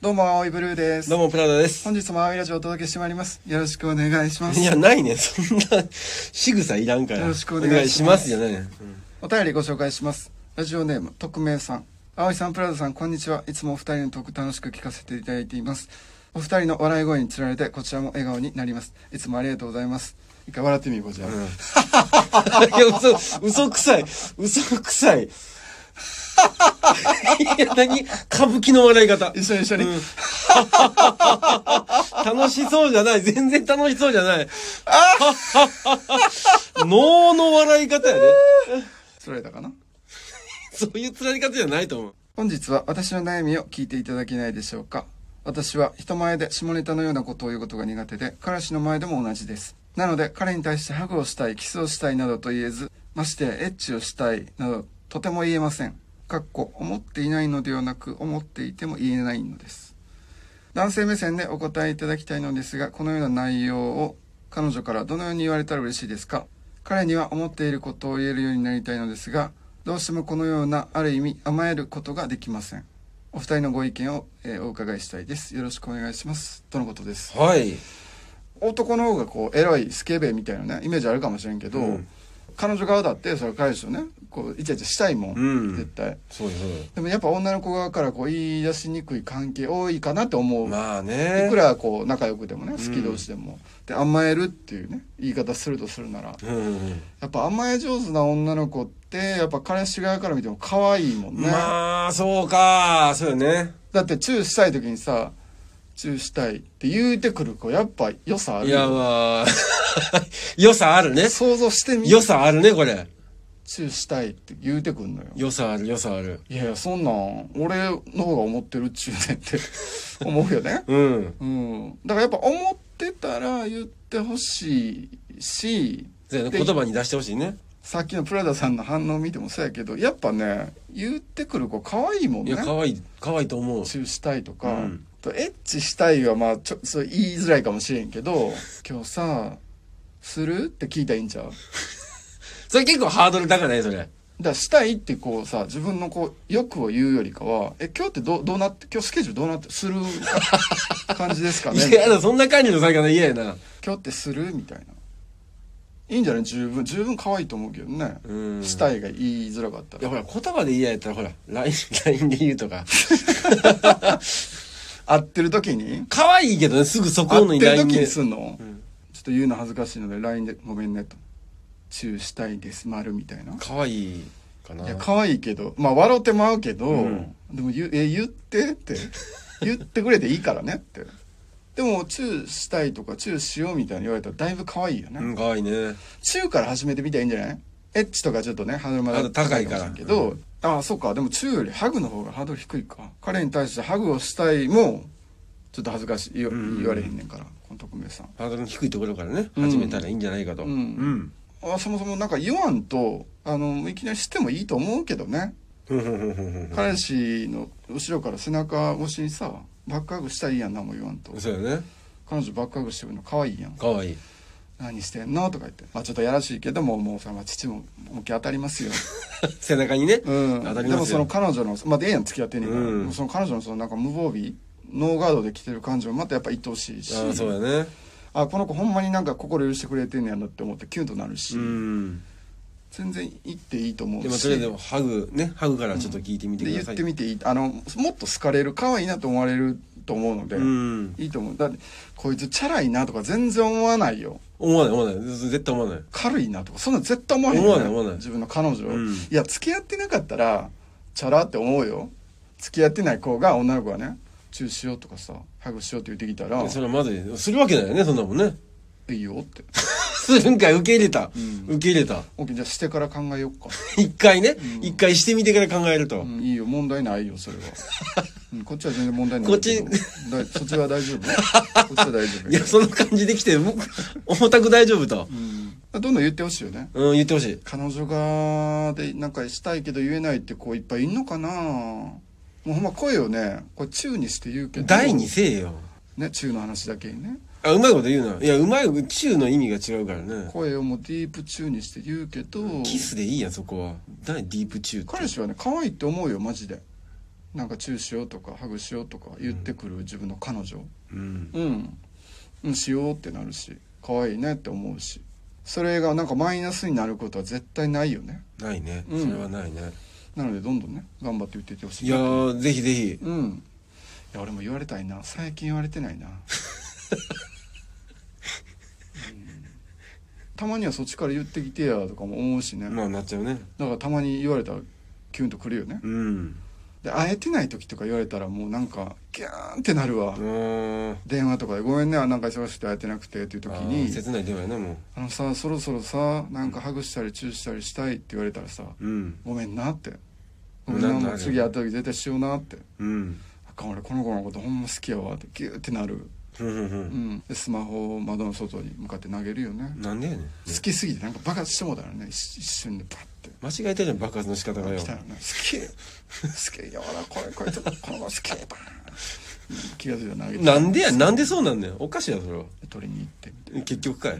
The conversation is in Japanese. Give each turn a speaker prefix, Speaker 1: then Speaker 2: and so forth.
Speaker 1: どうも、青いブルーです。
Speaker 2: どうも、プラダ です。
Speaker 1: 本日も青いラジオをお届けしてまいります。よろしくお願いします
Speaker 2: い。や、ないね。そんな、仕草いらんから。
Speaker 1: よろしくお願いします
Speaker 2: お願いじゃないね。
Speaker 1: お便りご紹介します。ラジオネーム、匿名さん。青いさん、プラザさん、こんにちは。いつもお二人のトーク楽しく聞かせていただいています。お二人の笑い声につられて、こちらも笑顔になります。いつもありがとうございます。一回笑ってみよう、こちら。
Speaker 2: うん。い や、嘘、嘘くさい。嘘くさい。い や、何歌舞伎の笑い方。
Speaker 1: 一緒に一緒に。
Speaker 2: うん 楽しそうじゃない。全然楽しそうじゃない。 脳の笑い方やね。
Speaker 1: つられたかな
Speaker 2: そういう釣られ方じゃないと思う。
Speaker 1: 本日は私の悩みを聞いていただけないでしょうか私は人前で下ネタのようなことを言うことが苦手で彼氏の前でも同じですなので彼に対してハグをしたいキスをしたいなどと言えずましてエッチをしたいなどとても言えませんかっこ思っていないのではなく思っていても言えないのです男性目線でお答えいただきたいのですがこのような内容を彼女からどのように言われたら嬉しいですか彼には思っていることを言えるようになりたいのですがどうしてもこのようなある意味甘えることができませんお二人のご意見を、えーお伺いしたいですよろしくお願いしますとのことです
Speaker 2: はい。
Speaker 1: 男の方がこうエロいスケベみたいなねイメージあるかもしれんけど、
Speaker 2: うん
Speaker 1: 彼女側だってそれは彼氏とねこうイチャイチャしたいもん、
Speaker 2: うん
Speaker 1: 絶対
Speaker 2: そうよそうよ
Speaker 1: でもやっぱ女の子側からこう言い出しにくい関係多いかなって思う、
Speaker 2: まあね。
Speaker 1: いくらこう仲良くでもね好き同士でも、で甘えるっていうね言い方するとするなら
Speaker 2: うんうんうん。
Speaker 1: やっぱ甘え上手な女の子ってやっぱ彼氏側から見ても可愛いもんね、
Speaker 2: まあ、そうか。そうよね。
Speaker 1: だってチューしたい時にさチューしたいって言うてくる子やっぱ良さある
Speaker 2: いや、
Speaker 1: よ
Speaker 2: まあ、 良さあるね。
Speaker 1: 想像してみ
Speaker 2: 良さあるね、これ。
Speaker 1: チューしたいって言うてくんのよ
Speaker 2: 良さある、良さある。
Speaker 1: いやいやそんなん俺の方が思ってるっちゅうねんって思うよね
Speaker 2: うん。
Speaker 1: うんだからやっぱ思ってたら言ってほしいし
Speaker 2: そうや
Speaker 1: で
Speaker 2: ね言葉に出してほしいね。
Speaker 1: さっきのプラダさんの反応見てもそうやけどやっぱね言ってくる子可愛いもん
Speaker 2: い
Speaker 1: ね
Speaker 2: や、可愛い、可愛いと思う。
Speaker 1: チューしたいとか、
Speaker 2: うん
Speaker 1: とエッチしたいはまあちょそれ言いづらいかもしれんけど今日さするって聞いたらいいんちゃうだか
Speaker 2: それ結構ハードル高ない、それ。
Speaker 1: らしたいってこうさ自分のこう欲を言うよりかはえ今日ってどうどうなって今日スケジュールどうなってする感じですかね
Speaker 2: いや、やだそんな感じの魚嫌やな。
Speaker 1: 今日ってするみたいないいんじゃない十分十分可愛いと思うけどね、
Speaker 2: うん。
Speaker 1: し
Speaker 2: い。
Speaker 1: たいが言いづらかった
Speaker 2: いや、
Speaker 1: ら
Speaker 2: ほら、言葉で嫌やったら、ほら、LINE、LINE で言うとか。
Speaker 1: 会ってる時に
Speaker 2: 可愛いけどね、すぐそこの
Speaker 1: 会っ
Speaker 2: に
Speaker 1: てる
Speaker 2: LINE
Speaker 1: 時
Speaker 2: で
Speaker 1: に。すんの、
Speaker 2: うん
Speaker 1: ちょっと言うの恥ずかしいので LINE で「ごめんね」と「チューしたいです丸みたいな
Speaker 2: 可愛いかな。
Speaker 1: いや可愛いけどまあ笑ってまうけど、
Speaker 2: うん
Speaker 1: でも言うえ言ってって 言ってくれていいからねってでもチューしたいとかチューしようみたいに言われたらだいぶ可愛いよね、
Speaker 2: うん、可愛いね。
Speaker 1: チューから始めてみたらいいんじゃないエッチとかちょっとねハードルまだ
Speaker 2: あと高いから
Speaker 1: もしれんけど、ああそうかでもチューよりハグの方がハードル低いか彼に対してハグをしたいもちょっと恥ずかしい言,、
Speaker 2: うん
Speaker 1: 言われへんねんからこの匿名さん
Speaker 2: ハードルの低いところからね、
Speaker 1: うん
Speaker 2: 始めたらいいんじゃないかと。
Speaker 1: うんあそもそもなんか言わんとあのいきなりしてもいいと思うけどね
Speaker 2: うん。ふんふんふんふんふん
Speaker 1: 彼氏の後ろから背中越しにさバックハグしたらいいやん何も言わんと
Speaker 2: そうよね。
Speaker 1: 彼女バックハグしてくるの可愛いやん
Speaker 2: 可愛い。
Speaker 1: 何してんのとか言ってまあちょっとやらしいけどももうさ、まあ、父ももう気当たりますよ、
Speaker 2: 背中にね。
Speaker 1: うん、
Speaker 2: 当た
Speaker 1: で
Speaker 2: りますよ
Speaker 1: もその彼女のまあでええやん付き合ってんねんから、
Speaker 2: うん
Speaker 1: もうその彼女のそのなんか無防備ノーガードで来てる感じもまたやっぱ愛おしいし
Speaker 2: ああ、そうやね。
Speaker 1: あこの子ほんまになんか心許してくれてんねやなって思ってキュンとなるし、
Speaker 2: うん。
Speaker 1: 全然行っていいと思うし
Speaker 2: でもとりあえずハグねハグからちょっと聞いてみて
Speaker 1: で
Speaker 2: くだ
Speaker 1: 言
Speaker 2: さ
Speaker 1: っ
Speaker 2: い。
Speaker 1: てみていいあのもっと好かれる可愛いなと思われると思うので、
Speaker 2: うん。
Speaker 1: いいと思うだってこいつチャラいなとか全然思わないよ
Speaker 2: 思わない思わない絶対思わない。
Speaker 1: 軽いなとかそんな絶対思わへんよね
Speaker 2: 思わない思わない
Speaker 1: 自分の彼女を、
Speaker 2: うん
Speaker 1: いや付き合ってなかったらチャラって思うよ付き合ってない子が女の子がねチューしようとかさハグしようって言ってきたら
Speaker 2: それはまずいするわけないよねそんなもんね。
Speaker 1: いいよって
Speaker 2: するんかい受け入れた、受け入れた
Speaker 1: OK じゃあしてから考えよっ か、
Speaker 2: 一回ね一、回してみてから考えると。
Speaker 1: うん、いいよ問題ないよそれは、うん、こっちは全然問題ない
Speaker 2: こっち
Speaker 1: けどだそっちは 大丈夫こっちは大丈夫
Speaker 2: いやその感じできて僕重たく大丈夫と、
Speaker 1: どんどん言ってほしいよね
Speaker 2: うん、言ってほしい。
Speaker 1: 彼女がでなんかしたいけど言えないって子いっぱいいんのかなもうほんま声をねこれ中にして言うけど
Speaker 2: 第二せえよ。
Speaker 1: ね中の話だけにね
Speaker 2: あうまいこと言うな。いやうまい中の意味が違うからね。
Speaker 1: 声をもうディープ中にして言うけど
Speaker 2: キスでいいやんそこは。何ディープ中って。
Speaker 1: 彼氏はね可愛いって思うよマジでなんかチューしようとかハグしようとか言ってくる自分の彼女
Speaker 2: うん
Speaker 1: うん、うん、しようってなるし可愛いねって思うしそれがなんかマイナスになることは絶対ないよね
Speaker 2: ないね、
Speaker 1: うん
Speaker 2: それはないね
Speaker 1: なのでどんどんね頑張って言っていってほしい
Speaker 2: いやーぜひぜひ
Speaker 1: うんいや俺も言われたいな最近言われてない な、うんたまにはそっちから言ってきてやとかも思うしね、
Speaker 2: まあなっちゃうね
Speaker 1: だからたまに言われたらキュンとくるよね
Speaker 2: うん
Speaker 1: で会えてない時とか言われたらもうなんかギャーンってなるわ、
Speaker 2: あー
Speaker 1: 電話とかで「ごめんねなんか忙しくて会えてなくて」っていう時
Speaker 2: あー
Speaker 1: に
Speaker 2: 切ない電話やねも
Speaker 1: 「あのさそろそろさなんかハグしたりチューしたりしたい」って言われたらさ
Speaker 2: ううん
Speaker 1: 「ごめんな」って「ご
Speaker 2: うん
Speaker 1: めんな
Speaker 2: なんだ
Speaker 1: もう次会った時絶対しような」って
Speaker 2: うん
Speaker 1: 「あかん俺この子のことほんま好きやわ」ってギューってなる、
Speaker 2: ふんふんふ
Speaker 1: うんん、でスマホを窓の外に向かって投げるよね
Speaker 2: なんでやねん
Speaker 1: 好きすぎてなんか爆発してもうたらね一一瞬でパッて。
Speaker 2: 間違えたじゃん爆発の仕方がよ
Speaker 1: 来たよね好き好きいや俺はこれこいつこの子好きバーン気が付いたら投げて
Speaker 2: なんでやなんでそうなんねんおかしいやそれは
Speaker 1: 取りに行って
Speaker 2: 結局かい